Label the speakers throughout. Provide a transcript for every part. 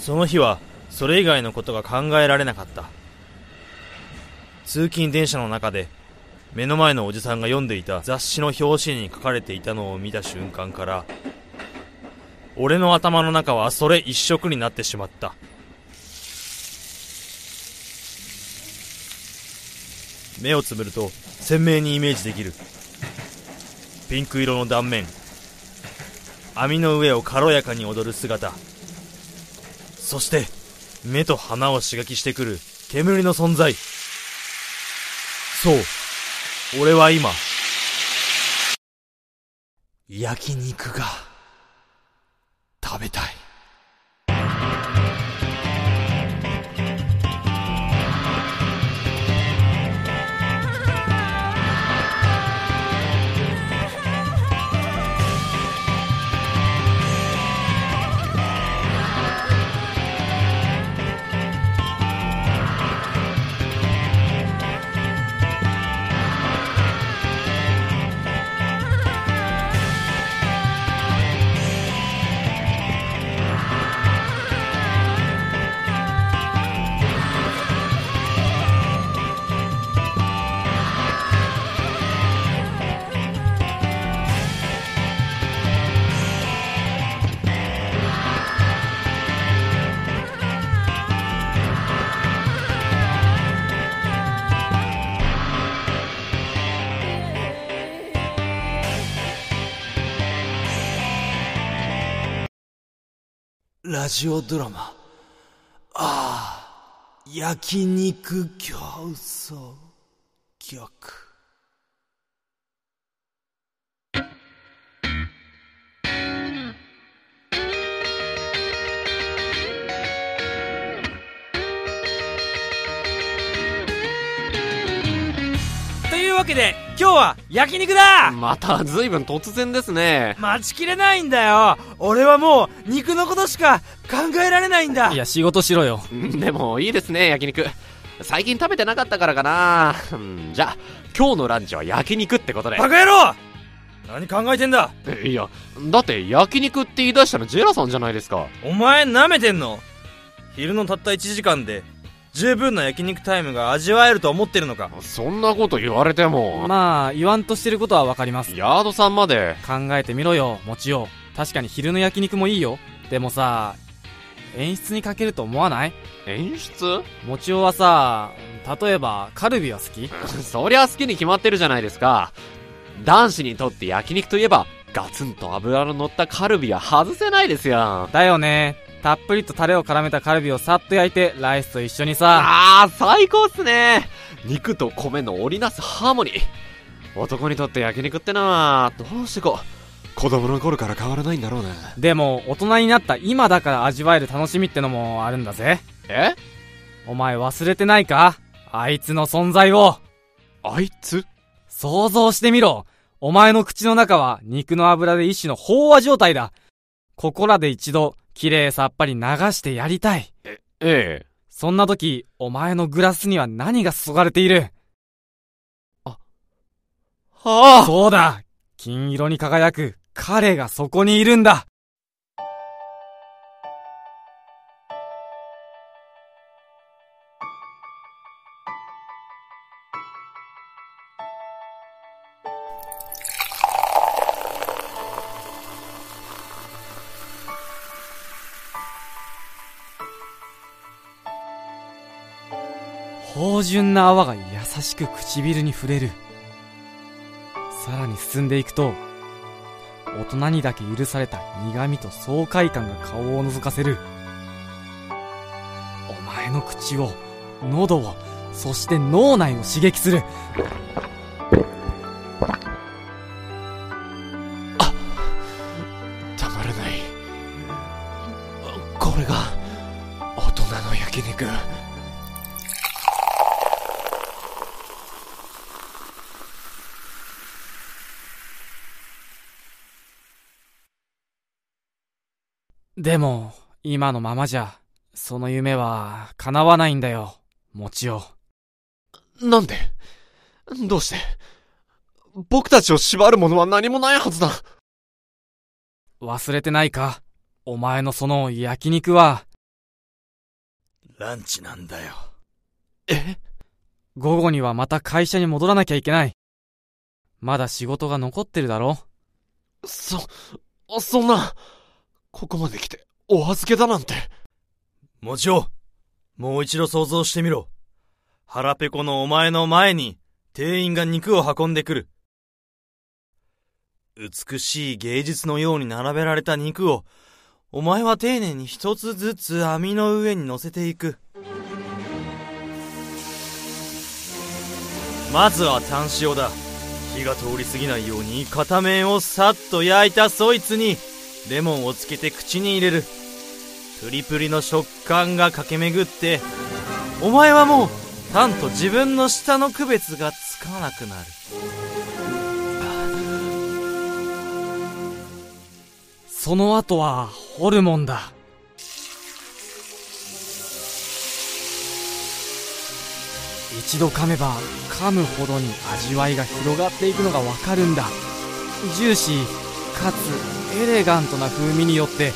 Speaker 1: その日はそれ以外のことが考えられなかった通勤電車の中で目の前のおじさんが読んでいた雑誌の表紙に書かれていたのを見た瞬間から俺の頭の中はそれ一色になってしまった目をつぶると鮮明にイメージできるピンク色の断面網の上を軽やかに踊る姿そして目と鼻を刺激してくる煙の存在そう俺は今焼肉が食べたい
Speaker 2: ラジオドラマ、ああ、焼肉競争局。
Speaker 3: というわけで今日は焼肉だ
Speaker 4: また随分突然ですね
Speaker 3: 待ちきれないんだよ俺はもう肉のことしか考えられないんだ
Speaker 5: いや仕事しろよ
Speaker 4: うんでもいいですね焼肉最近食べてなかったからかなうんじゃあ今日のランチは焼肉ってことで
Speaker 1: バカ野郎何考えてんだ
Speaker 4: えいやだって焼肉って言い出したのジェラさんじゃないですか
Speaker 1: お前舐めてんの昼のたった1時間で十分な焼肉タイムが味わえると思ってるのか
Speaker 4: そんなこと言われても、
Speaker 5: まあ言わんとしてることはわかります
Speaker 4: ヤードさんまで
Speaker 5: 考えてみろよもちよ確かに昼の焼肉もいいよでもさ演出にかけると思わない
Speaker 4: 演出
Speaker 5: もちおはさ例えばカルビは好き
Speaker 4: そりゃ好きに決まってるじゃないですか男子にとって焼肉といえばガツンと脂の乗ったカルビは外せないですよ
Speaker 5: だよねたっぷりとタレを絡めたカルビをさっと焼いてライスと一緒にさ
Speaker 4: あー最高っすね肉と米の織りなすハーモニー男にとって焼肉ってのはどうしてこう子供の頃から変わらないんだろうね
Speaker 5: でも大人になった今だから味わえる楽しみってのもあるんだぜ
Speaker 4: え
Speaker 5: お前忘れてないかあいつの存在を
Speaker 4: あいつ
Speaker 5: 想像してみろお前の口の中は肉の油で一種の飽和状態だここらで一度きれいさっぱり流してやりたい
Speaker 4: ええ
Speaker 5: そんな時お前のグラスには何が注がれている
Speaker 4: は
Speaker 5: そうだ金色に輝く彼がそこにいるんだ芳醇な泡が優しく唇に触れるさらに進んでいくと大人にだけ許された苦味と爽快感が顔を覗かせるお前の口を喉をそして脳内を刺激する
Speaker 4: あたまらないこれが大人の焼肉
Speaker 5: でも今のままじゃその夢は叶わないんだよもちよ
Speaker 4: なんでどうして僕たちを縛るものは何もないはずだ
Speaker 5: 忘れてないかお前のその焼肉は
Speaker 1: ランチなんだよ。
Speaker 4: え
Speaker 5: 午後にはまた会社に戻らなきゃいけない。まだ仕事が残ってるだろ
Speaker 4: そ、そんな、ここまで来て、お預けだなんて。
Speaker 1: もちろん、もう一度想像してみろ。腹ペコのお前の前に、店員が肉を運んでくる。美しい芸術のように並べられた肉を、お前は丁寧に一つずつ網の上に乗せていく。まずは炭塩だ。火が通り過ぎないように片面をさっと焼いたそいつに、レモンをつけて口に入れる。プリプリの食感が駆け巡ってお前はもうタンと自分の舌の区別がつかなくなる
Speaker 5: その後は、ホルモンだ。一度噛めば噛むほどに味わいが広がっていくのがわかるんだ。ジューシー、かつエレガントな風味によって、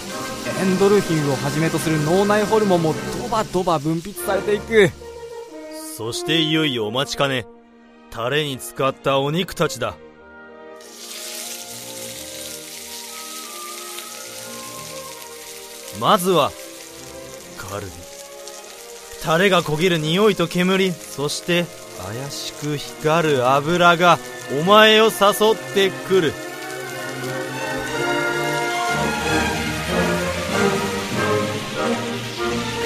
Speaker 5: エンドルフィンをはじめとする脳内ホルモンもドバドバ分泌されていく。
Speaker 1: そしていよいよお待ちかねタレに使ったお肉たちだまずはカルビタレが焦げる匂いと煙そして怪しく光る油がお前を誘ってくる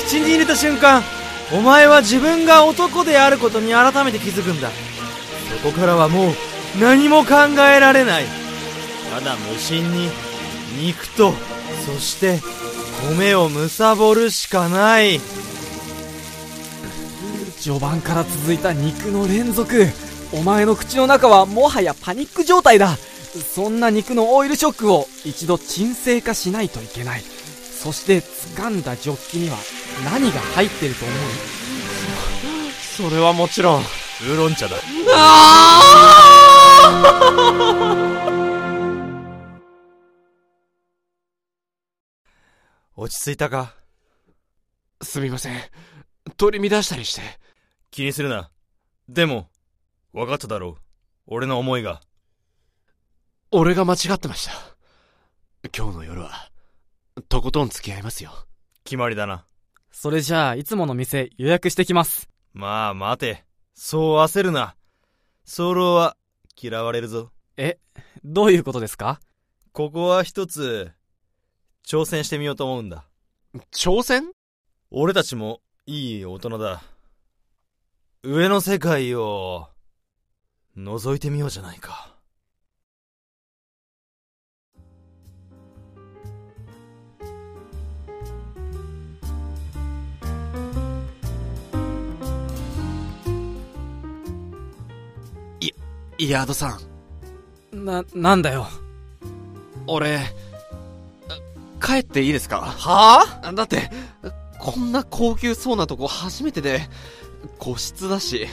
Speaker 6: 口に入れた瞬間お前は自分が男であることに改めて気づくんだ
Speaker 1: そこからはもう何も考えられないただ無心に肉とそして米を貪るしかない
Speaker 5: 序盤から続いた肉の連続お前の口の中はもはやパニック状態だそんな肉のオイルショックを一度沈静化しないといけないそして掴んだジョッキには何が入ってると思う
Speaker 4: それはもちろ
Speaker 1: ウ
Speaker 4: ん。
Speaker 1: ーロン茶だ落ち着いたか
Speaker 4: すみません。取り乱したりして。
Speaker 1: 気にするなでも分かっただろう俺の思いが
Speaker 4: 俺が間違ってました。今日の夜は、とことん付き合いますよ。
Speaker 1: 決まりだな
Speaker 5: それじゃあいつもの店予約してきます
Speaker 1: まあ待てそう焦るな早漏は嫌われるぞ
Speaker 5: どういうことですか
Speaker 1: ここは一つ挑戦してみようと思うんだ
Speaker 4: 挑戦
Speaker 1: 俺たちもいい大人だ上の世界を覗いてみようじゃないか
Speaker 4: ヤードさん、
Speaker 5: な、なんだよ
Speaker 4: 俺、あ帰っていいですか
Speaker 1: はあ
Speaker 4: だって、こんな高級そうなとこ初めてで、個室だし、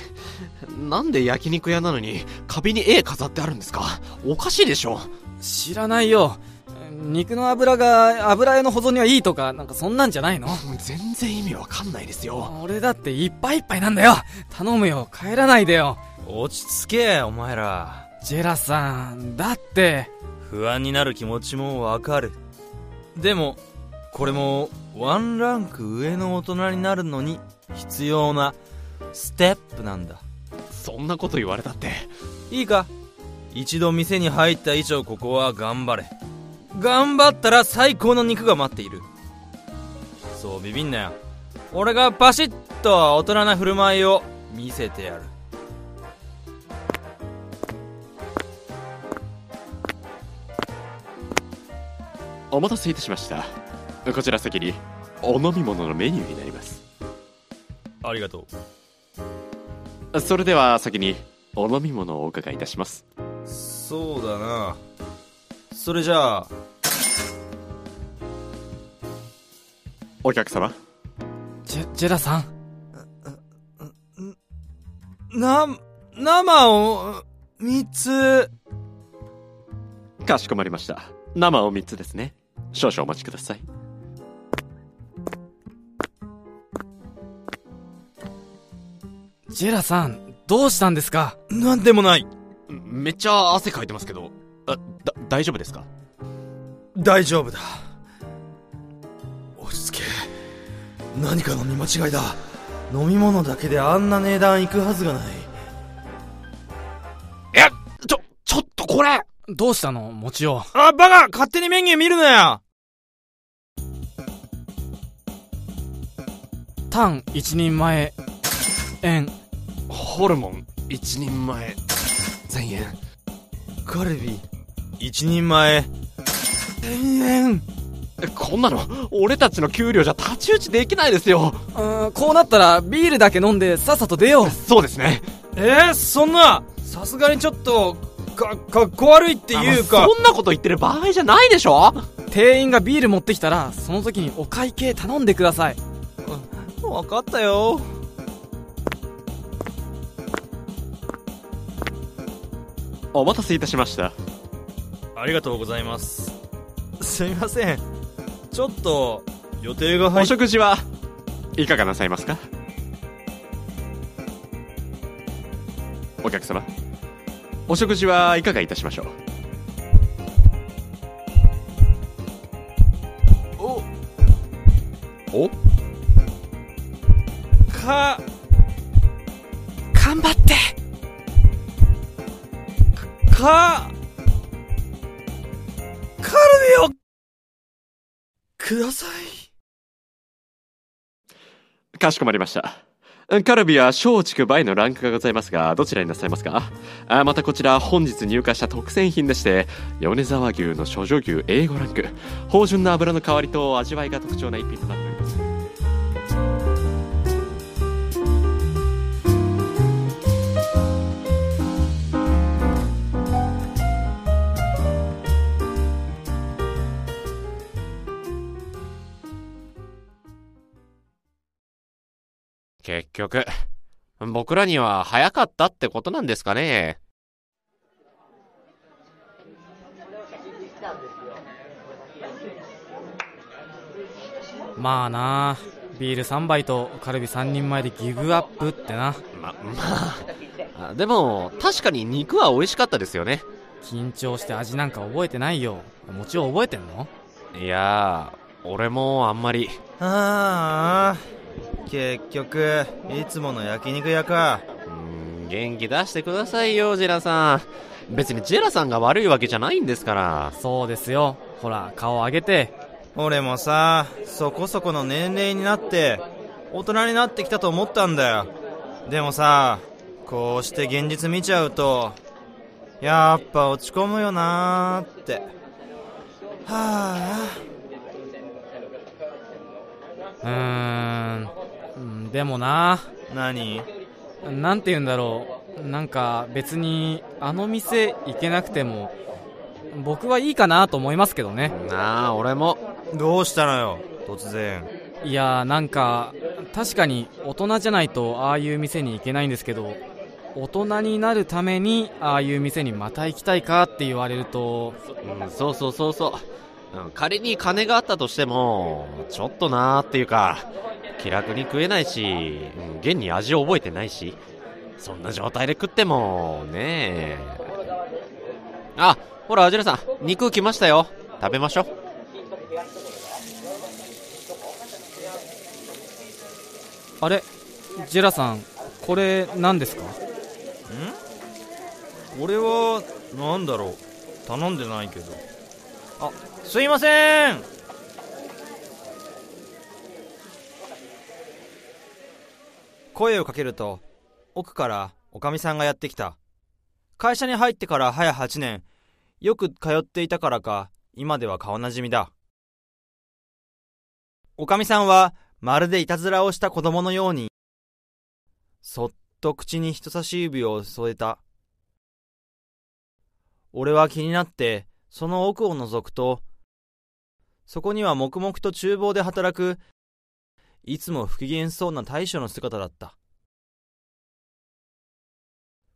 Speaker 4: なんで焼肉屋なのに壁に絵飾ってあるんですかおかしいでしょ
Speaker 5: 知らないよ肉の油が油絵の保存にはいいとかなんかそんなんじゃないの
Speaker 4: 全然意味わかんないですよ。
Speaker 5: 俺だっていっぱいいっぱいなんだよ頼むよ帰らないでよ
Speaker 1: 落ち着けお前ら
Speaker 5: ジェラさん、だって、
Speaker 1: 不安になる気持ちもわかるでもこれもワンランク上の大人になるのに必要なステップなんだ
Speaker 4: そんなこと言われたって。
Speaker 1: いいか一度店に入った以上ここは頑張れ頑張ったら最高の肉が待っているそうビビんなよ俺がバシッと大人な振る舞いを見せてやる
Speaker 4: お待たせいたしました。こちら先に、お飲み物のメニューになります。
Speaker 1: ありがと
Speaker 4: それでは先に、お飲み物をお伺いいたします。
Speaker 1: うそうだなそれじゃあ
Speaker 4: お客様、
Speaker 5: ジェ、ジェラさん、
Speaker 1: な生を3つ
Speaker 4: かしこまりました。生を3つですね。少々お待ちください。
Speaker 5: ジェラさん、どうしたんですか
Speaker 1: なんでもない。
Speaker 4: めっちゃ汗かいてますけど、あ、だ、大丈夫ですか
Speaker 1: 大丈夫だ。落ち着け。何かの見間違いだ。飲み物だけであんな値段いくはずがない。
Speaker 4: えちょ、ちょっとこれ
Speaker 5: どうしたのもちお。
Speaker 7: あ、バカ勝手にメニュー見るなよ
Speaker 5: タン一人前、円、
Speaker 4: ホルモン、一人前、千円。
Speaker 1: カルビ、一人前。
Speaker 5: 円。
Speaker 4: えこんなの、俺たちの給料じゃ太刀打ちできないですよ。
Speaker 5: うーん、こうなったらビールだけ飲んでさっさと出よう。
Speaker 4: そうですね。
Speaker 7: えー、そんなさすがにちょっと、か、かっこ悪いっていう
Speaker 4: あ
Speaker 7: か
Speaker 4: の、そんなこと言ってる場合じゃないでしょ
Speaker 5: 店員がビール持ってきたら、その時にお会計頼んでください。
Speaker 7: わかったよ。
Speaker 4: お待たせいたしました。
Speaker 1: ありがとうございます。
Speaker 7: すみません。ちょっと、
Speaker 1: 予定が
Speaker 4: お
Speaker 1: 入っ、
Speaker 4: 食事はいかがなさいますかお客様お食事はいかがいたしましょうおお
Speaker 7: か、
Speaker 5: 頑張って
Speaker 7: か、カルビを、ください。
Speaker 4: かしこまりましたカルビは小畜梅のランクがございますがどちらになさいますかあまたこちら本日入荷した特選品でして米沢牛の諸女牛 A5 ランク芳醇な脂の香りと味わいが特徴な一品となっております結局、僕らには早かったってことなんですかね。
Speaker 5: まあなあビール3杯とカルビ3人前でギブアップってな。
Speaker 4: ま、まああ。でも、確かに肉は美味しかったですよね。
Speaker 5: 緊張して味なんか覚えてないよ。もちろん覚えてんの
Speaker 4: いやー、俺もあんまり。
Speaker 1: ああ、結局、いつもの焼肉屋か。
Speaker 4: うーん、元気出してくださいよ、ジェラさん。別にジェラさんが悪いわけじゃないんですから。
Speaker 5: そうですよ。ほら、顔上げて。
Speaker 1: 俺もさ、そこそこの年齢になって、大人になってきたと思ったんだよ。でもさ、こうして現実見ちゃうと、やっぱ落ち込むよなーって。はあ、
Speaker 5: うーん。うんでもな
Speaker 1: 何
Speaker 5: なんて言うんだろう。なんか別に、あの店行けなくても、僕はいいかなと思いますけどね。
Speaker 4: なあ、俺も。
Speaker 1: どうしたのよ、突然。
Speaker 5: いやーなんか確かに大人じゃないとああいう店に行けないんですけど大人になるためにああいう店にまた行きたいかって言われると
Speaker 4: うん、そうそうそうそう。うん仮に金があったとしても、ちょっとなーっていうか、気楽に食えないし、うん現に味を覚えてないし、そんな状態で食っても、ねえ。あ、ほら、アジュラさん、肉来ましたよ。食べましょう。
Speaker 5: あれジェラさんこれ何ですか
Speaker 1: 俺は、なんだろう。頼んでないけど。
Speaker 7: すいません。
Speaker 1: 声をかけると、奥からおかみさんがやってきた。会社に入ってから早8年、よく通っていたからか、今では顔なじみだ。おかみさんは、まるでいたずらをした子供のように、そっと口に人差し指を添えた。俺は気になって、その奥を覗くと、そこには黙々と厨房で働く、いつも不機嫌そうな大将の姿だった。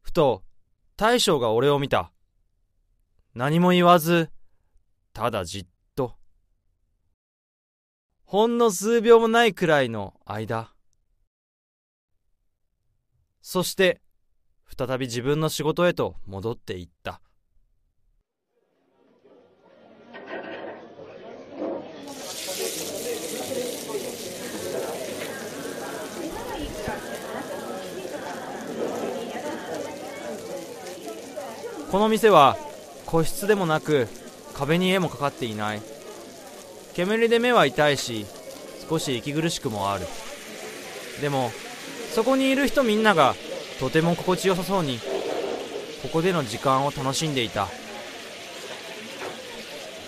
Speaker 1: ふと、大将が俺を見た。何も言わず、ただじっと。ほんの数秒もないくらいの間。そして再び自分の仕事へと戻っていったこの店は個室でもなく壁に絵もかかっていない煙で目は痛いし少し息苦しくもあるでもそこにいる人みんながとても心地よさそうにここでの時間を楽しんでいた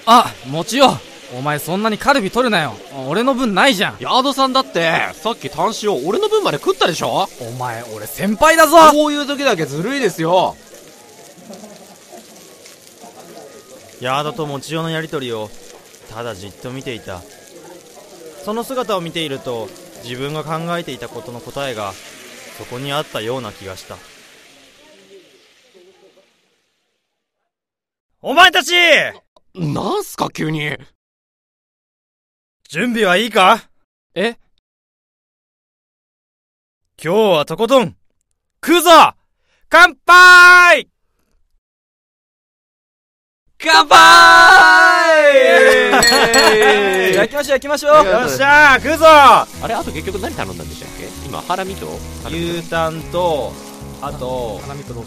Speaker 5: あもちよお前そんなにカルビ取るなよ俺の分ないじゃん
Speaker 4: ヤードさんだって、さっき単身を俺の分まで食ったでしょ
Speaker 5: お前俺先輩だぞ
Speaker 4: こういう時だけずるいですよ。
Speaker 1: ヤードと持ちよのやり取りをただじっと見ていたその姿を見ていると自分が考えていたことの答えがそこにあったような気がしたお前たち
Speaker 4: なんすか急に。
Speaker 1: 準備はいいか
Speaker 5: え
Speaker 1: 今日はとことん食うぞ乾杯
Speaker 5: 乾杯
Speaker 1: 焼
Speaker 5: きましょう焼きましょ
Speaker 4: う
Speaker 1: よっしゃー食うぞ
Speaker 4: あれあと結局何頼んだんでしたっけ今、ハラミと
Speaker 1: 牛タンとあと
Speaker 5: 花見とどう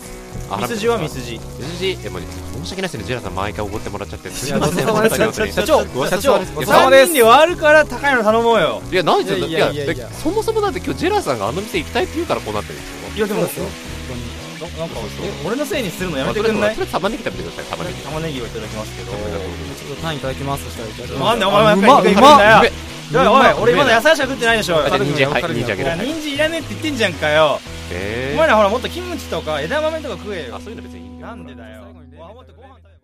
Speaker 4: あ
Speaker 1: ミスジはミスジ
Speaker 4: 筋でも申し訳ないですねジェラさん毎回奢ってもらっちゃってすいません本当に本当に
Speaker 1: 社長
Speaker 4: ごち
Speaker 1: 社
Speaker 4: そ
Speaker 1: 長
Speaker 4: うさまです
Speaker 5: さま
Speaker 1: 3人で割るから高いの頼もうよ
Speaker 4: いやないですよい
Speaker 5: いや
Speaker 4: や
Speaker 5: いやいやいや
Speaker 4: でそもそもなんて今日ジェラさんがあの店行きたいって言うからこうなってるんですよ
Speaker 1: いやでも
Speaker 4: ななんか
Speaker 1: え俺のせいにするのやめて
Speaker 4: そ
Speaker 1: く
Speaker 4: れ
Speaker 1: んな
Speaker 4: も
Speaker 1: い
Speaker 4: それ玉ねぎ食べてください玉ねぎ
Speaker 1: 玉ねぎをいただきますけど
Speaker 5: ちょっと単位いただきますそしたらいただきます
Speaker 1: なんでお前もやっぱり
Speaker 5: う
Speaker 1: 肉
Speaker 5: まう
Speaker 1: だ
Speaker 5: ま
Speaker 1: よおいおい俺まだ野菜しか食ってないでしょ
Speaker 4: あじゃあ人参はい
Speaker 5: 軽く
Speaker 4: 人参あげ
Speaker 1: い
Speaker 4: て
Speaker 1: や人参いらねえって言ってんじゃんかよ
Speaker 4: え
Speaker 1: お前らほらもっとキムチとか枝豆とか食え
Speaker 4: あ
Speaker 1: よ
Speaker 4: そういうの別にいいんだ
Speaker 1: な
Speaker 4: よ
Speaker 1: んでだよ
Speaker 5: 最後に冷麺
Speaker 1: わもっとご飯食べよ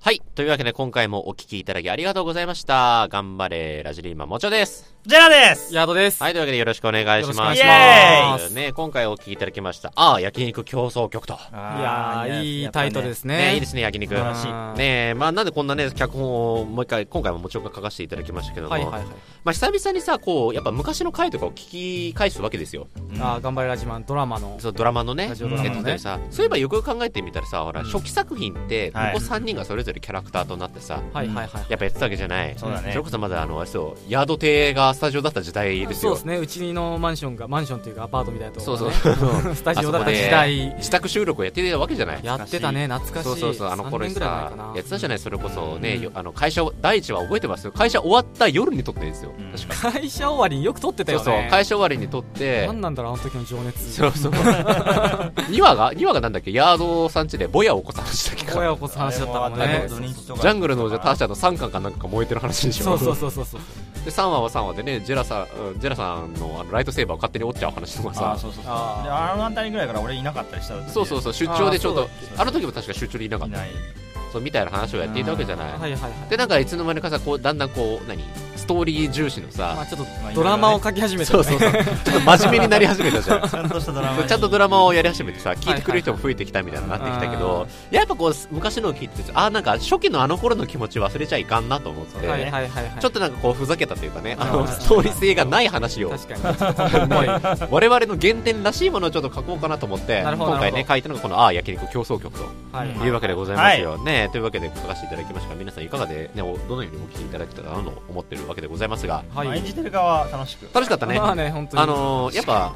Speaker 4: はいというわけで今回もお聞きいただきありがとうございました頑張れラジリーマンもちょです
Speaker 1: ジェラです
Speaker 5: ヤードです
Speaker 4: はいというわけでよろしくお願いします
Speaker 5: よ
Speaker 1: ろしくお願
Speaker 5: いします
Speaker 4: ね今回お聞きいただきましたああ焼肉競争曲と
Speaker 5: いやーいいタイトルですすね
Speaker 4: ねいいですね焼肉
Speaker 5: うん
Speaker 4: ねえ、まあなんでこんなね、脚本をもう一回、今回ももちろん書かせていただきましたけども、
Speaker 5: はいはいはい
Speaker 4: まあ久々にさ、こう、やっぱ昔の回とかを聞き返すわけですよ。
Speaker 5: あー頑張れラジマンドラマの
Speaker 4: そのドラマのね
Speaker 5: ラジオドラマのね
Speaker 4: え例えばさそういえばよくよく考えてみたらさほら、
Speaker 5: うん
Speaker 4: 初期作品ってこ
Speaker 1: はい
Speaker 4: こ3人がそれぞれキャラクターとなってさ、
Speaker 5: はいはいはい
Speaker 4: やっぱやってたわけじゃない
Speaker 1: そうだね
Speaker 4: れこそまだあのあれそうヤード亭がスタジオだった時代です
Speaker 5: そう
Speaker 4: よ
Speaker 5: ですねうちのマンションがマンションっていうかアパートみたいなとこ
Speaker 4: そう
Speaker 5: ろ
Speaker 4: そう
Speaker 5: がね スタジオだっ
Speaker 4: あそこ
Speaker 5: た
Speaker 4: で
Speaker 5: 時代
Speaker 4: 自宅収録をやってたわけじゃない
Speaker 5: やってたね懐かしい
Speaker 4: そうそうそうあの頃
Speaker 5: 3年ぐらい前
Speaker 4: さ
Speaker 5: かな
Speaker 4: やってたじゃないそれこそね、
Speaker 5: うん
Speaker 4: よあの会社を第一話覚えてます会社終わった夜に撮ってるんですよ、
Speaker 1: うん
Speaker 4: 確か
Speaker 5: 会社終わりによく撮ってた
Speaker 4: そう
Speaker 5: よね
Speaker 4: そう会社終わりに撮って
Speaker 5: 何なんだろうあの時の情熱
Speaker 4: そうそう 2話が2話がなんだっけヤードさんちでボヤを起こす話だっけか
Speaker 5: 親をこそ話だったもん
Speaker 4: あれも
Speaker 5: ねそう
Speaker 4: ジャングルの王者ターシャの3巻かなんかが燃えてる話でしょ
Speaker 5: そうそうそうそうそう
Speaker 4: で3話は3話でねジェラさんうんジェラさんのあのライトセーバーを勝手に折っちゃう話とか
Speaker 1: あ
Speaker 4: さ
Speaker 1: ーそうそうそう
Speaker 5: あー
Speaker 1: であのあたりぐらいから俺いなかったりした時
Speaker 4: そうそうそう出張でちょっ
Speaker 5: あ
Speaker 4: と
Speaker 5: ー
Speaker 4: あの時も確か出張でいなかっ
Speaker 1: い
Speaker 4: た
Speaker 1: ない
Speaker 4: そうみたいな話をやっていたわけじゃない、
Speaker 5: はいはいはい
Speaker 4: でなんかいつの間にかさこうだんだんこう何ストーリー重視の
Speaker 5: まあ
Speaker 4: さ、
Speaker 5: ちょっと
Speaker 1: まあ
Speaker 5: ドラマを書き始めた
Speaker 4: そうそうそうちょっと真面目になり始めたじ ゃん
Speaker 1: ちゃんとしたドラマ
Speaker 4: そう
Speaker 1: に
Speaker 4: ちゃんとドラマをやり始めてさ聞いてくる人も増えてきたみたいになってきたけ
Speaker 5: はいはい
Speaker 4: ど
Speaker 5: は
Speaker 4: やっぱこう昔のを聞いててあーなんか初期のあの頃の気持ち忘れちゃいかんなと思って、
Speaker 5: はいはいはいはい
Speaker 4: ちょっとなんかこうふざけたというかねあ
Speaker 5: う
Speaker 4: の
Speaker 5: ん
Speaker 4: ストーリー性がない話を
Speaker 5: 確かにちょっと重い
Speaker 4: 我々の原点らしいものをちょっと書こうかなと思って
Speaker 5: なるほど
Speaker 4: 今回
Speaker 5: なる
Speaker 4: ね
Speaker 5: ほ
Speaker 4: 書いたのがこの「ああ焼肉競争曲」と
Speaker 5: はい
Speaker 4: いうわけでございますよ、ねというわけで書かせていただきましたが皆さんいかがで、ね、おどのようにお聞きいただけたらなと思ってるわけでございますが
Speaker 5: はい
Speaker 1: まあ演じてる側は楽しく
Speaker 4: 楽しかったね
Speaker 5: まあね本当に
Speaker 4: あのーやっぱ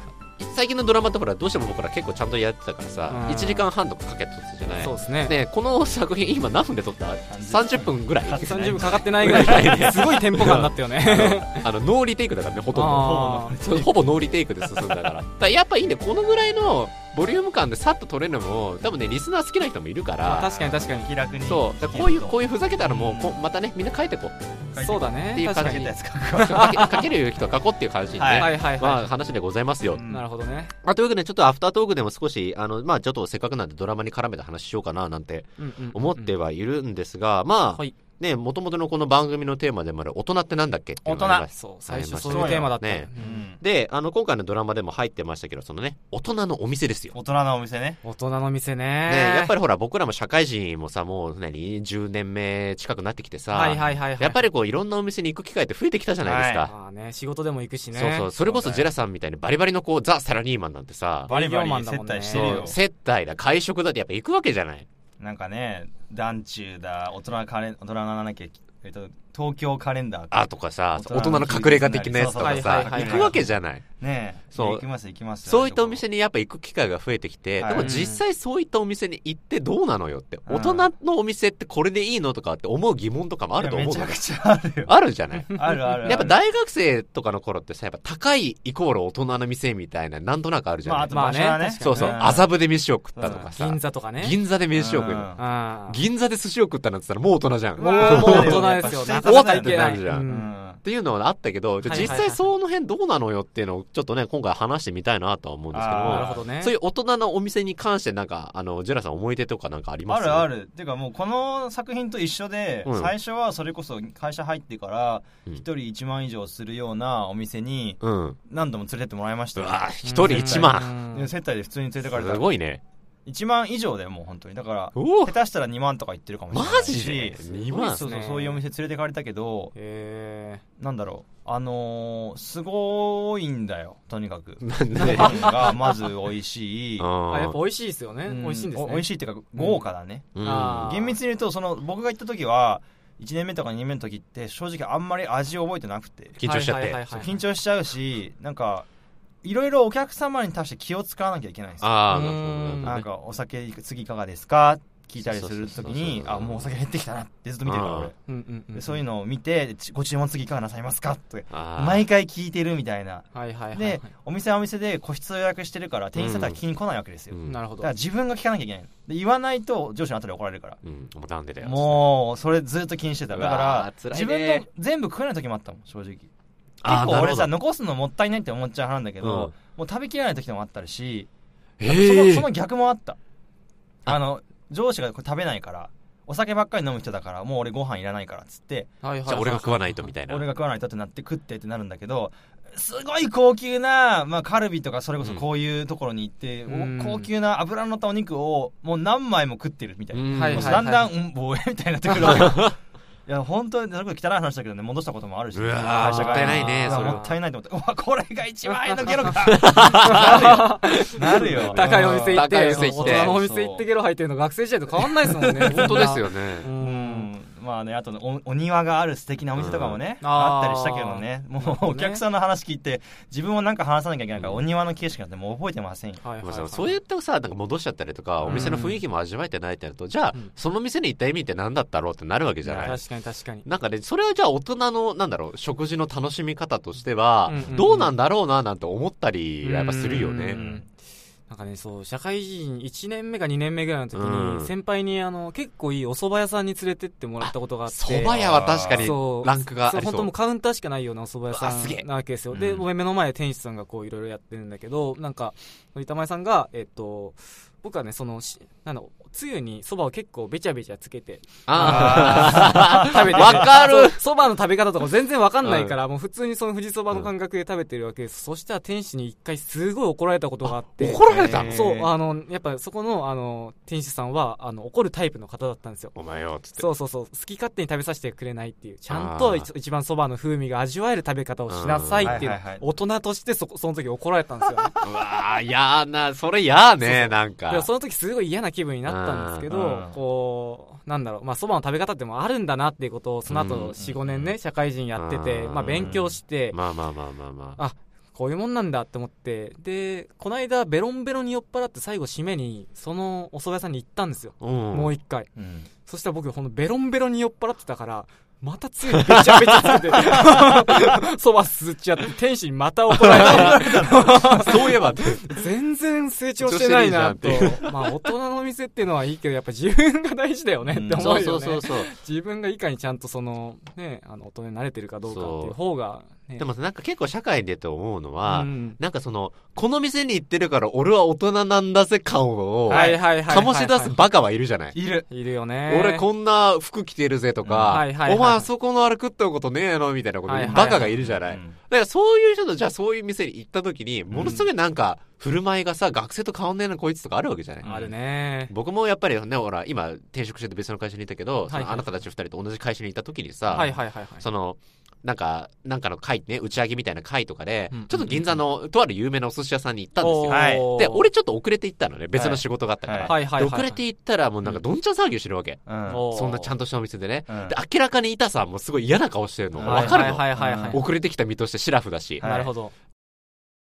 Speaker 4: 最近のドラマってほらどうしても僕ら結構ちゃんとやってたからさ
Speaker 5: うん
Speaker 4: 1時間半とかかけて撮ってたじゃない
Speaker 5: そうですね
Speaker 4: ね、この作品今何分で撮った30分ぐらい
Speaker 1: 30分
Speaker 5: 30分かかってないぐらいすごいテンポ感になった よね
Speaker 4: あのノーリテイクだからねほとんど
Speaker 5: あ
Speaker 4: そうほぼノーリテイクで進んだか らだからやっぱいいねこのぐらいのボリューム感でさっと撮れるのも多分ねリスナー好きな人もいるか
Speaker 5: ー
Speaker 4: ら
Speaker 5: 確かに確かに
Speaker 1: 気楽に
Speaker 4: そうだからこういうこ
Speaker 1: う
Speaker 4: ういうふざけたのもこうまたねみんな書いてこう
Speaker 5: そうだ
Speaker 4: ってい
Speaker 5: ね
Speaker 4: う感
Speaker 5: 確か
Speaker 4: じ
Speaker 5: に
Speaker 4: で
Speaker 5: は
Speaker 1: やつか
Speaker 4: 書け書ける人は書こうっていう感じでね、
Speaker 5: いはいはい
Speaker 4: まあ話でございますよ、
Speaker 1: うん
Speaker 5: なるほどね
Speaker 4: まあ、というわけで、ちょっとアフタートークでも少し、あの、まあ、ちょっとせっかくなんでドラマに絡めた話しようかな、なんて
Speaker 5: うんうんうん
Speaker 4: 思ってはいるんですが、まあ、
Speaker 5: はい
Speaker 4: ね、もともとのこの番組のテーマでもある大人ってなんだっけっていう
Speaker 1: 大
Speaker 4: のが
Speaker 1: 人
Speaker 4: ありま。す
Speaker 5: そう
Speaker 4: あり
Speaker 5: 最
Speaker 4: ました
Speaker 5: 初そういうテーマだったよね
Speaker 4: ね
Speaker 1: うん。
Speaker 4: で、あの、今回のドラマでも入ってましたけど、そのね、大人のお店ですよ。
Speaker 1: 大人のお店ね。
Speaker 5: 大人の店ね
Speaker 4: ね、やっぱりほら、僕らも社会人もさ、もう何、10年目近くなってきてさ、
Speaker 5: はいはいはいはい
Speaker 4: やっぱりこう、いろんなお店に行く機会って増えてきたじゃないですか。
Speaker 5: まあね仕事でも行くしね
Speaker 4: そうそう、それこそジェラさんみたいにバリバリのこう、ザ・サラリーマンなんてさ、
Speaker 1: バリバリ
Speaker 5: 営業マンだ
Speaker 1: 接
Speaker 5: もんね
Speaker 1: 待して
Speaker 4: そ
Speaker 1: る
Speaker 4: う
Speaker 1: よ。
Speaker 4: 接待だ、会食だってやっぱ行くわけじゃない。
Speaker 1: なんかね、団中だ、大人カレン、大人ななきゃ、えっと、東京カレンダー
Speaker 4: あとかさ、
Speaker 1: 大人
Speaker 4: 大人
Speaker 1: の
Speaker 4: の隠れ家的なやつとか
Speaker 5: そ
Speaker 4: さ
Speaker 5: うそう、はいはいはい
Speaker 4: 行くわけじゃない。
Speaker 1: ねえ。
Speaker 4: そう
Speaker 1: いや行きます行きます。
Speaker 4: そういったお店にやっぱ行く機会が増えてきて、
Speaker 1: はい
Speaker 4: でも実際そういったお店に行ってどうなのよって、
Speaker 1: うん
Speaker 4: 大人のお店ってこれでいいのとかって思う疑問とかもあると思
Speaker 1: い
Speaker 4: うの
Speaker 1: や
Speaker 4: よ
Speaker 1: めちゃくちゃあるよ。
Speaker 4: あるじゃない
Speaker 1: あるあるある。
Speaker 4: やっぱ大学生とかの頃ってさ、やっぱ高いイコール大人の店みたいな、なんとなくあるじゃ
Speaker 1: ま
Speaker 4: な
Speaker 1: あ、
Speaker 4: い、
Speaker 1: あと場所
Speaker 5: ま
Speaker 1: は
Speaker 5: あね
Speaker 1: ね。
Speaker 4: そうそう、
Speaker 1: ん
Speaker 4: 麻布で飯を食ったとかさ、
Speaker 5: 銀座とかね
Speaker 4: 銀座で飯を食う
Speaker 1: うん
Speaker 5: あ
Speaker 4: 銀座で寿司を食ったなんて言ったらもう大人じゃん。
Speaker 1: うわ
Speaker 5: あもう大人 ですよ
Speaker 1: や
Speaker 5: な
Speaker 1: っぱ
Speaker 5: かなか行け
Speaker 4: な
Speaker 5: ないい
Speaker 4: じゃん
Speaker 1: うん
Speaker 4: っていうのはあったけど、じゃあ
Speaker 5: はい
Speaker 4: 実
Speaker 5: はいはい
Speaker 4: 際その辺どうなのよっていうのをちょっとね、今回話してみたいなとは思うんですけど
Speaker 5: なる
Speaker 4: も
Speaker 1: あ、
Speaker 5: ほどね
Speaker 4: そういう大人のお店に関してなんか、あの、ジェラさん思い出とかなんかありま
Speaker 1: あ
Speaker 4: す
Speaker 1: るあるてかもうこの作品と一緒で、
Speaker 4: うん
Speaker 1: 最初はそれこそ会社入ってから
Speaker 4: うん
Speaker 1: 一人1万以上するようなお店に
Speaker 4: うん。う
Speaker 1: 何度も連れてってもらいましたよ
Speaker 4: わ一人一万。
Speaker 1: で接待で普通に連れてかれた
Speaker 4: すごいね。
Speaker 1: 1万以上だよもう本当にだから
Speaker 4: おお
Speaker 1: 下手したら2万とか言ってるかもしれ
Speaker 4: マ
Speaker 1: ないし
Speaker 4: ジで ?2 万
Speaker 1: そうそう
Speaker 5: ね
Speaker 1: そういうお店連れてかれたけど
Speaker 5: え
Speaker 1: なんだろうあのー、すごいんだよとにかく
Speaker 4: なん
Speaker 1: ご
Speaker 4: で
Speaker 1: 飯がまず美味し い
Speaker 5: ー、あやっぱ
Speaker 4: う
Speaker 5: 美味しいですよね美味しいんです
Speaker 1: お
Speaker 5: ね
Speaker 1: 美味しいっていうか豪華だね、
Speaker 4: ん。
Speaker 5: あー
Speaker 1: 厳密に言うとその僕が行った時は1年目とか2年目の時って正直あんまり味覚えてなくて
Speaker 4: 緊張しちゃって。
Speaker 5: はいはいはいはい
Speaker 1: 緊張しちゃうしなんかいろいろお客様に対して気を使わなきゃいけないんですよ
Speaker 4: ああ、
Speaker 5: う
Speaker 4: なる
Speaker 5: ー
Speaker 4: ほど
Speaker 5: ん
Speaker 4: な
Speaker 1: な
Speaker 4: る
Speaker 1: ん
Speaker 4: ほ
Speaker 1: かお酒次いかがですか聞いたりする
Speaker 4: そ
Speaker 1: と
Speaker 4: う
Speaker 1: き
Speaker 4: そうそうそう
Speaker 1: にあもうお酒減ってきたなってずっと見てるから
Speaker 4: あー
Speaker 1: 俺
Speaker 5: うんうんうん
Speaker 1: でそういうのを見てちご注文次いかがなさいますかって
Speaker 4: ど。あー
Speaker 1: 毎回聞いてるみたいな
Speaker 5: はいはいはいはい
Speaker 1: でお店はお店で個室を予約してるから店員さんとは聞きに来ないわけですよ、
Speaker 4: うん
Speaker 5: なるほ
Speaker 1: だ
Speaker 5: ど
Speaker 1: から自分が聞かなきゃいけないので言わないと上司の後で怒られるから
Speaker 4: うん、もうなんでだよ。
Speaker 1: もう、それずっと気にしてた。
Speaker 4: う
Speaker 1: だ
Speaker 4: わー
Speaker 1: から、
Speaker 4: 辛
Speaker 1: 自
Speaker 4: いね
Speaker 1: 分の全部食えない時もあったもん、正直。結
Speaker 4: あー
Speaker 1: 構俺、
Speaker 4: な
Speaker 1: さ、
Speaker 4: る
Speaker 1: 残すのもったいないって思っちゃう派なんだけど、
Speaker 4: うん
Speaker 1: もう食べきれない時もあったし、
Speaker 4: ほ
Speaker 1: そ
Speaker 4: ど
Speaker 1: の
Speaker 4: へ
Speaker 1: そ
Speaker 4: ー
Speaker 1: の逆もあった。あの、上司がこれ食べないから、お酒ばっかり飲む人だから、もう俺ご飯いらないからっつって、
Speaker 5: はいはい
Speaker 4: じゃあ俺が食わないとみたいな。
Speaker 1: 俺が食わないとってなって食ってってなるんだけど、すごい高級な、まあカルビとかそれこそこういうところに行って、
Speaker 5: うん
Speaker 1: お高級な脂の乗ったお肉をもう何枚も食ってるみたいな。
Speaker 4: うん
Speaker 5: はいはい
Speaker 1: だんだん、うん、防衛みたいになってくるわけよ いや、本当に、それこそ汚い話だけどね、戻したこともあるし。
Speaker 4: うわー
Speaker 1: 会社
Speaker 4: も
Speaker 1: が
Speaker 4: ったいないね
Speaker 1: うわ
Speaker 4: それは
Speaker 1: もったいないと思って、うわ、これが一万円のゲロか なるよ。なるよ。
Speaker 5: 高いお店行って
Speaker 4: 高いお店行って
Speaker 5: 大人のお店行ってゲロ吐いてるの学生時代と変わんないですもんね
Speaker 4: 本当ですよ
Speaker 5: う
Speaker 4: ね。
Speaker 1: うんん。まあね、あとねお、お庭がある素敵なお店とかもね、
Speaker 5: うん
Speaker 1: あ
Speaker 5: あー
Speaker 1: ったりしたけどね、も
Speaker 5: なる
Speaker 1: う
Speaker 5: ほ
Speaker 1: お
Speaker 5: どね
Speaker 1: 客さんの話聞いて、自分もなんか話さなきゃいけないから、お庭の景色なんてもう覚えてませんよ。
Speaker 5: はい
Speaker 4: で
Speaker 5: は
Speaker 4: も
Speaker 5: い
Speaker 4: さ
Speaker 5: はい
Speaker 4: そうやってさ、なんか戻しちゃったりとか、お店の雰囲気も味わえてないってなると、じゃあ
Speaker 5: うん、
Speaker 4: その店に行った意味って何だったろうってなるわけじゃない
Speaker 5: 確かに確かに
Speaker 4: なんかね、それはじゃあ大人の、なんだろう、食事の楽しみ方としては
Speaker 5: うんうんう、ん
Speaker 4: どうなんだろうな、なんて思ったりはやっぱするよ
Speaker 5: う
Speaker 4: ね。
Speaker 5: んなんかね、そう、社会人1年目か2年目ぐらいの時
Speaker 4: うん
Speaker 5: に、先輩に、あの、結構いいお蕎麦屋さんに連れてってもらったことがあって。
Speaker 4: 蕎麦屋は確かに
Speaker 5: そう、
Speaker 4: ランクがあり
Speaker 5: そう、本
Speaker 4: そ
Speaker 5: 当
Speaker 4: う
Speaker 5: もう。カウンターしかないようなお蕎麦屋
Speaker 4: うわすげえ
Speaker 5: さんなわけですよ。で、
Speaker 4: うん
Speaker 5: 目の前で店主さんがこう、いろいろやってるんだけど、なんか、板前さんが、えっと、僕はね、その、しなんだ、つゆに蕎麦を結構べちゃべちゃつけて、
Speaker 4: あ
Speaker 5: 食べて
Speaker 4: わかる
Speaker 5: そう蕎麦の食べ方とか全然わかんないから、もう普通にその富士蕎麦の感覚で食べてるわけです。そしたら店主に一回すごい怒られたことがあっ
Speaker 4: ー
Speaker 5: て。
Speaker 4: 怒られたの
Speaker 5: そう、あの、やっぱそこの、あの、店主さんは、あの、怒るタイプの方だったんですよ。
Speaker 4: お前よ、つって。
Speaker 5: そうそうそう、好き勝手に食べさせてくれないっていう、ちゃんと
Speaker 4: あー
Speaker 5: 一一番そばの風味が味わえる食べ方をしなさいって
Speaker 1: う
Speaker 5: いう
Speaker 1: んはいはいはい、
Speaker 5: 大人としてそこ、その時怒られたんで すよね。
Speaker 4: うわー、嫌な、それ嫌ね、なん
Speaker 5: でも
Speaker 4: か。
Speaker 5: その時すごい嫌な気分になったんですけ
Speaker 1: うんうん
Speaker 5: ど、こう、なんだろう、まあ、蕎麦の食べ方ってもあるんだなっていうことを、その
Speaker 4: うん
Speaker 5: 後4、5年ね、社会人やってて、
Speaker 4: うん
Speaker 5: まあ、勉強して、
Speaker 4: まあまあまあまあまあ。
Speaker 5: あ、こういうもんなんだって思って、で、この間、ベロンベロンに酔っ払って最後締めに、そのお蕎麦屋さんに行ったんですよ。
Speaker 4: うん
Speaker 5: もう一回。
Speaker 1: うん。
Speaker 5: そしたら僕、ほんのベロンベロンに酔っ払ってたから、またついべちゃべちゃついて、蕎麦すすっちゃって、 天使にまた怒られ た。
Speaker 4: そういえばね、
Speaker 5: 全然成長してないなと
Speaker 4: 成長してねえじゃん。
Speaker 5: まあ、大人の店っていうのはいいけど、やっぱ自分が大事だよねって 思
Speaker 4: そううそ
Speaker 5: よ
Speaker 4: うそう
Speaker 5: ね。
Speaker 4: そう。
Speaker 5: 自分がいかにちゃんとその、ね、あの、大人になれてるかどうかっていう方が、ね
Speaker 4: でもさなんか結構社会でと思うのは、
Speaker 5: うん
Speaker 4: なんかその、この店に行ってるから俺は大人なんだぜ感を、
Speaker 5: はいはいはいはい
Speaker 4: 醸し出すバカはいるじゃない。
Speaker 1: いる。
Speaker 5: いるよね
Speaker 4: 俺こんな服着てるぜと
Speaker 5: うん
Speaker 4: か
Speaker 5: はいはいは、い
Speaker 4: お前あそこのあれ食ったことねえのみたいなこと
Speaker 5: はい
Speaker 4: 言
Speaker 5: は
Speaker 4: う
Speaker 5: い
Speaker 4: バカがいるじゃ
Speaker 1: う
Speaker 4: ない。だ
Speaker 1: ん
Speaker 4: からそういう人とじゃあそういう店に行った時に、ものすごいなんか、振る舞いがさ、学生と変わんねえなこいつとかあるわけじゃない。
Speaker 5: あるね
Speaker 4: 僕もやっぱりね、ほら、今転職してて別の会社にいたけど、その
Speaker 5: はいはい
Speaker 4: あなたたち二人と同じ会社にいた時にさ、
Speaker 5: はいはいはいはい
Speaker 4: その、なんか、なんかの会ね、打ち上げみたいな会とかで、
Speaker 5: うん
Speaker 4: ちょっと銀座の、とある有名なお寿司屋さんに行ったんですよ。
Speaker 1: はい
Speaker 5: おー
Speaker 4: で、俺ちょっと遅れて行ったのね、別の仕事があったから。
Speaker 5: はいはいはい
Speaker 4: で遅れて行ったら、もうなんかどんちゃん騒ぎをしてるわけ。
Speaker 1: うん。
Speaker 5: おー
Speaker 4: そんなちゃんとしたお店でね。
Speaker 1: うん
Speaker 4: で、明らかに板さんもすごい嫌な顔してるの。
Speaker 1: はい
Speaker 4: わかるの、
Speaker 5: はいはいはいはい、
Speaker 1: う
Speaker 4: 遅れてきた身としてシラフだし、
Speaker 1: はい
Speaker 5: なるほど、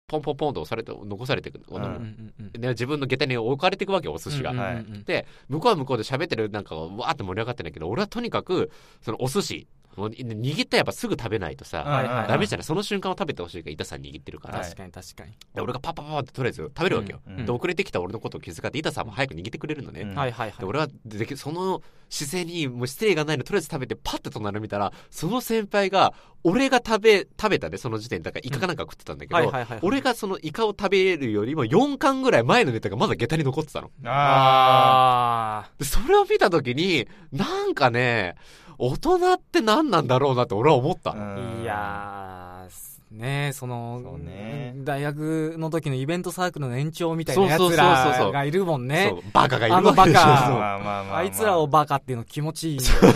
Speaker 4: ポンポンポンと押されて、残されてくる。
Speaker 1: うん
Speaker 5: うんうんうん
Speaker 4: で自分の下手に置かれていくわけよ、お寿司が。
Speaker 5: うんうんうんうん
Speaker 1: はい
Speaker 4: で、向こうは向こうで喋ってるなんかわーって盛り上がってんだけど、俺はとにかく、そのお寿司、もう握ったらやっぱすぐ食べないとさ、
Speaker 1: はいはいはい
Speaker 4: ダメじゃない、その瞬間を食べてほしいから、板さん握ってるから、
Speaker 1: はい
Speaker 5: 確かに確かに、
Speaker 4: で俺がパッパッパッってとりあえず食べるわけよ、
Speaker 1: うん
Speaker 4: で、遅れてきた俺のことを気遣って、板さんも早く握ってくれるのね。
Speaker 1: うん
Speaker 5: はいはい
Speaker 4: で
Speaker 5: はい
Speaker 4: 俺はできその姿勢にもう失礼がないのとりあえず食べてパッて隣見たらその先輩が俺が食べ食べたねその時点でだからイカかなんか食ってたんだけど、
Speaker 5: はいはいはい
Speaker 4: 俺がそのイカを食べるよりも4巻ぐらい前のネタがまだ下駄に残ってたの
Speaker 1: あ
Speaker 5: あ
Speaker 4: でそれを見た時になんかね大人って何なんだろうなって俺は思った、
Speaker 1: あ。うん
Speaker 5: ーいやーすねその
Speaker 1: そうね
Speaker 5: 大学の時のイベントサークルの延長みたいなや
Speaker 4: そう
Speaker 5: つ
Speaker 4: そうそうそ
Speaker 5: ら
Speaker 4: う
Speaker 5: がいるもんね
Speaker 4: そうバカがいるわけでしょ
Speaker 5: あのバカ
Speaker 4: そ
Speaker 1: ま
Speaker 4: う
Speaker 1: あまあまあまあ。
Speaker 5: あいつらをバカっていうの気持ちいいんだよ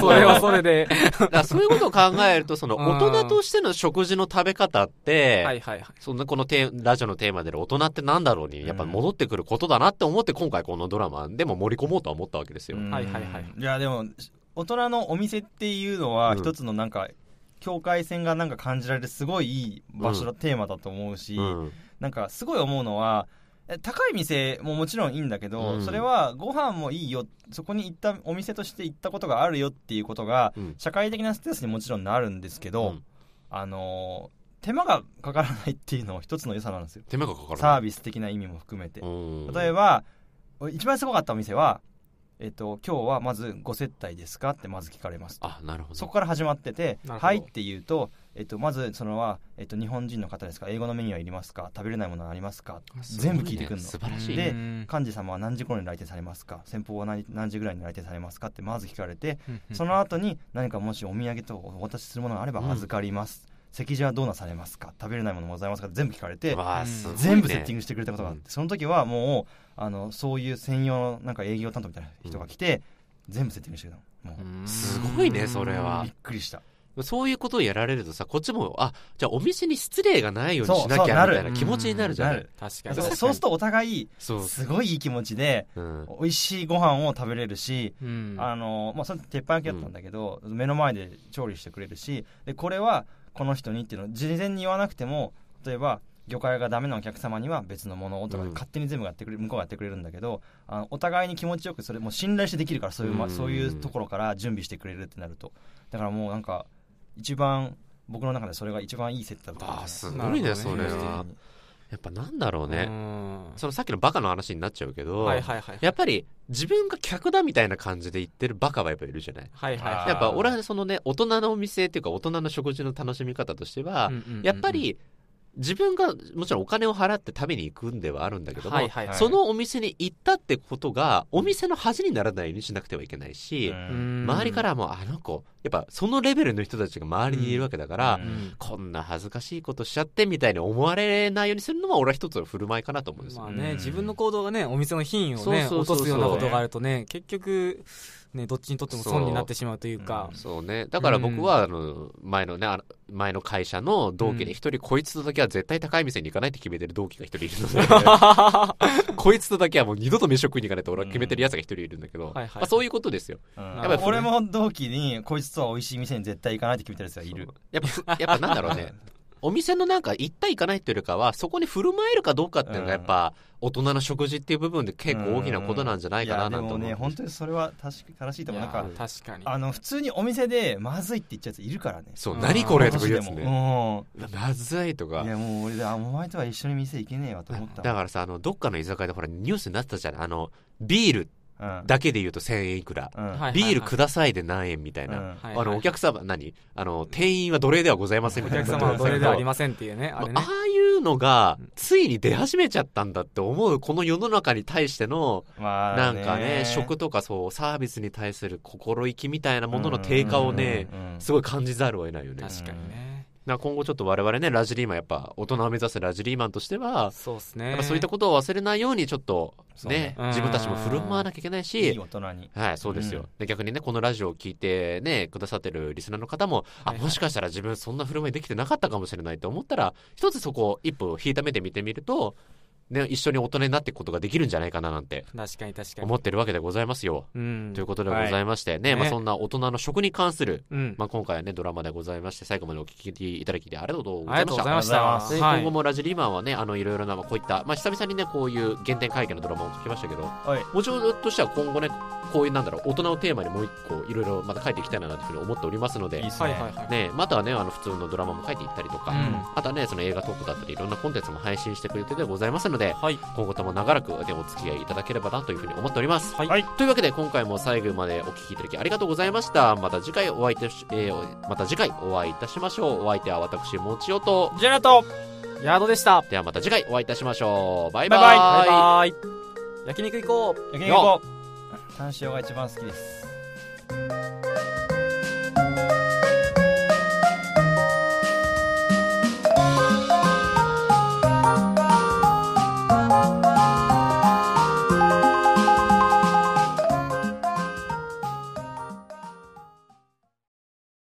Speaker 5: それはそれで
Speaker 4: だからそういうことを考えるとその
Speaker 5: うん
Speaker 4: 大人としての食事の食べ方って、
Speaker 5: はいはいはい
Speaker 4: そんなこのテーラジオのテーマである大人ってなんだろうに、やっぱ戻ってくることだなって思って、今回このドラマでも盛り込もうとは思ったわけですよ。
Speaker 1: うん
Speaker 5: はいはいはい。
Speaker 1: いや、でも、大人のお店っていうのは、
Speaker 4: うん
Speaker 1: 一つのなんか、境界線がなんか感じられるすごいいい場所のテーマだと思うし、
Speaker 4: うん
Speaker 1: なんかすごい思うのはえ高い店ももちろんいいんだけど、
Speaker 4: うん
Speaker 1: それはご飯もいいよそこに行ったお店として行ったことがあるよっていうことが、
Speaker 4: うん
Speaker 1: 社会的なステータスにもちろんなるんですけど、
Speaker 4: うん
Speaker 1: あのー手間がかからないっていうのも一つの良さなんですよ
Speaker 4: 手間がかかる
Speaker 1: サービス的な意味も含めて、
Speaker 4: うん
Speaker 1: 例えば一番すごかったお店は、えっと今日はまずご接待ですかってまず聞かれます
Speaker 4: あ、なるほど。
Speaker 1: そこから始まってて「
Speaker 5: なるほど
Speaker 1: はい」って言うと、えっと、まずそのは、えっと、日本人の方ですか英語のメニューはいりますか食べれないものはありますか全部聞いてくるの
Speaker 4: すごね素晴らしい。
Speaker 1: で
Speaker 5: うん
Speaker 1: 幹事様は何時頃に来店されますか先方は何何時ぐらいに来店されますかってまず聞かれて
Speaker 5: うんうん
Speaker 1: その後に何かもしお土産とお渡しするものがあれば
Speaker 4: うん
Speaker 1: 預かります、席次はどうなされますか食べれないものもございますかって全部聞かれて
Speaker 4: わあすごいね
Speaker 1: 全部セッティングしてくれたことがあっ
Speaker 4: う
Speaker 1: てその時はもうあのそういう専用のなんか営業担当みたいな人が来て全部セッティングしてくれたのもう
Speaker 4: すごいね、それは
Speaker 1: びっ。くりした
Speaker 4: そういうことをやられるとさ、こっちも、あ、じゃあお店に失礼がないように
Speaker 1: そう
Speaker 4: しなき
Speaker 1: そう
Speaker 4: ゃ
Speaker 1: なる
Speaker 4: みたいな気持ちになるじゃな
Speaker 1: ないる
Speaker 5: 確か
Speaker 1: だ
Speaker 5: に
Speaker 1: からそうするとお互い
Speaker 4: そう。
Speaker 1: すごいいい気持ちで
Speaker 4: うん。
Speaker 1: 美味しいご飯を食べれるし
Speaker 5: うん
Speaker 1: あのまあ、それ鉄板焼きだったんだけど、目の前で調理してくれるしでこれはこの人にっていうのを事前に言わなくても例えば魚介がダメなお客様には別のものをとか、
Speaker 4: うん
Speaker 1: 勝手に全部やってくれる向こうがやってくれるんだけどあのお互いに気持ちよくそれもう信頼してできるからそういう,、ま
Speaker 4: うん
Speaker 1: そういうところから準備してくれるってなるとだからもうなんか一番僕の中でそれが一番いいセットだったか
Speaker 4: あ
Speaker 1: も
Speaker 4: ー、
Speaker 1: し
Speaker 4: す
Speaker 1: れない
Speaker 4: ごいね、
Speaker 5: なるほ
Speaker 4: そ
Speaker 5: ど
Speaker 4: れ
Speaker 5: ね
Speaker 4: は。やっぱなんだろう
Speaker 5: う
Speaker 4: ね。
Speaker 5: ん
Speaker 4: そのさっきのバカの話になっちゃうけど、
Speaker 5: はいはいはい
Speaker 4: やっぱり自分が客だみたいな感じで言ってるバカはやっぱいるじゃない
Speaker 5: はいはい
Speaker 1: あー
Speaker 4: やっぱ俺はそのね、大人のお店っていうか大人の食事の楽しみ方としては、やっぱり自分がもちろんお金を払って食べに行くんではあるんだけども、
Speaker 5: はいはいはい
Speaker 4: そのお店に行ったってことがお店の恥にならないようにしなくてはいけないし、
Speaker 1: うん
Speaker 4: 周りかららもあの子、やっぱそのレベルの人たちが周りにいるわけだから、
Speaker 1: うん
Speaker 4: こんな恥ずかしいことしちゃってみたいに思われないようにするのは俺は一つの振る舞いかなと思うんですよ
Speaker 5: ま
Speaker 4: ね
Speaker 5: あ
Speaker 1: う
Speaker 5: ね、
Speaker 1: ん
Speaker 5: 自分の行動がね、お店の品位を
Speaker 4: そう
Speaker 5: ね、
Speaker 4: そう
Speaker 5: 落
Speaker 4: そうそう
Speaker 5: とすようなことがあるとね、結局、ね、どっちにとっても損になってしまうというか、
Speaker 4: そうね。だから僕は、あの、前のね、あの前の会社の同期で一人、こいつとだけは絶対高い店に行かないって決めてる同期が一人いる ので、こいつとだけはもう二度と飯食いに行かないって俺は決めてる奴が一人いるんだけど、
Speaker 5: んはいはい
Speaker 4: まあそういうことですよ。
Speaker 1: うん
Speaker 4: やっぱり
Speaker 1: 俺も同期にこいつとは美味しい店に絶対行かないって決めてるやつがいる
Speaker 4: そう。やっぱす、やっぱなんだろう ね。お店のなんか行った行かないっていうよりかは、そこに振る舞えるかどうかっていうのがやっぱ、大人の食事っていう部分で結構大きなことなんじゃないかななんて思う。
Speaker 1: いやでもね本当にそれは確か正しいと
Speaker 5: い
Speaker 1: 思う
Speaker 5: や
Speaker 1: なんか
Speaker 5: ー確かに。
Speaker 1: あの普通にお店でまずいって言っちゃうやついるからね
Speaker 4: そう、
Speaker 5: うん
Speaker 4: 何これとかいうやつ
Speaker 1: で
Speaker 4: ね。
Speaker 1: も
Speaker 4: まずいと
Speaker 1: う
Speaker 4: か
Speaker 1: んい。やもう俺であお前とは一緒に店行けねえわと思った
Speaker 4: だからさ、あの、どっかの居酒屋でほら、ニュースになってたじゃん。あの、ビール
Speaker 1: うん
Speaker 4: だけで言うと1000円いくら。
Speaker 1: うん
Speaker 5: はい
Speaker 4: ビールくださいで何円みたいな。
Speaker 1: う
Speaker 5: はい
Speaker 4: あの、お客様、何あの、店員は奴隷ではございませんみ
Speaker 5: お
Speaker 4: たいな。
Speaker 5: 客様は奴隷ではあり
Speaker 4: ま
Speaker 5: ませんっていうね、
Speaker 4: あ
Speaker 5: あれね
Speaker 4: あ。あいうのが、ついに出始めちゃったんだって思う、この世の中に対しての、
Speaker 1: んまあ
Speaker 4: なんかね、食とかそう、サービスに対する心意気みたいなものの低下をね、
Speaker 1: うんうんうん
Speaker 4: すごい感じざるを得ないよね。
Speaker 5: 確かにね。
Speaker 4: な今後ちょっと我々ね、ラジリーマン、やっぱ、大人を目指すラジリーマンとしては、
Speaker 5: そうです
Speaker 4: や
Speaker 5: ね
Speaker 4: っ。ぱそういったことを忘れないように、ちょっと
Speaker 1: そう
Speaker 4: ね
Speaker 1: ね、
Speaker 5: うん
Speaker 4: 自分たちも振る舞わなきゃいけない
Speaker 1: いい
Speaker 4: し、
Speaker 1: 大人に
Speaker 4: はい、そうですよ、
Speaker 1: うん
Speaker 4: で逆にね、このラジオを聞いてね、くださってるリスナーの方も、
Speaker 5: はい
Speaker 4: あ、
Speaker 5: はい
Speaker 4: もしかしたら自分そんな振る舞いできてなかったかもしれないと思ったら、一つそこを一歩引いた目で見てみると、ね、一緒に大人になっていくことができるんじゃないかななんて
Speaker 5: 確かに確かに
Speaker 4: 思。ってるわけでございますよ。
Speaker 5: うん
Speaker 4: ということでございまして、ね、
Speaker 5: ね
Speaker 4: まあそんな大人の食に関する、
Speaker 5: うん。
Speaker 4: まあ今回はね、ドラマでございまして、最後までお聞きいただきありがとうご
Speaker 5: あ
Speaker 4: ざ
Speaker 5: り
Speaker 4: いまし
Speaker 5: がとうご
Speaker 4: た
Speaker 5: ざい。ました。
Speaker 1: ありがとうご
Speaker 4: ね
Speaker 5: はい
Speaker 4: 今後もラジリーマンはね、あの、いろいろな、まあこういった、まあ、久々にね、こういう原点回帰のドラマを書きましたけど、
Speaker 1: い
Speaker 4: もちろんとしては今後ね、こういう、なんだろう、大人をテーマにもう一個、いろいろまた書いていきたいな、というふうに思っておりますので、
Speaker 1: いいっす
Speaker 5: はい
Speaker 1: ね
Speaker 5: はいはい。
Speaker 4: ね、またはね、あの、普通のドラマも書いていったりとか、
Speaker 5: うん
Speaker 4: あとはね、その映画トークだったり、いろんなコンテンツも配信していく予定でございますので、
Speaker 5: はい。
Speaker 4: 今後とも長らくでお付き合いいただければな、というふうに思っております。
Speaker 5: はい
Speaker 1: はい
Speaker 4: というわけで、今回も最後までお聞きいただきありがとうございました。また次回お会いいたし、えーまた次回お会いいたしましょう。お相手は私、もちおと、
Speaker 5: ジェラトヤードでした。
Speaker 4: ではまた次回お会いいたしましょう。バイバ
Speaker 1: バ
Speaker 4: イ。
Speaker 1: イ
Speaker 5: バイバイ。焼肉行こう
Speaker 1: 焼肉行こうタン塩が一番好きです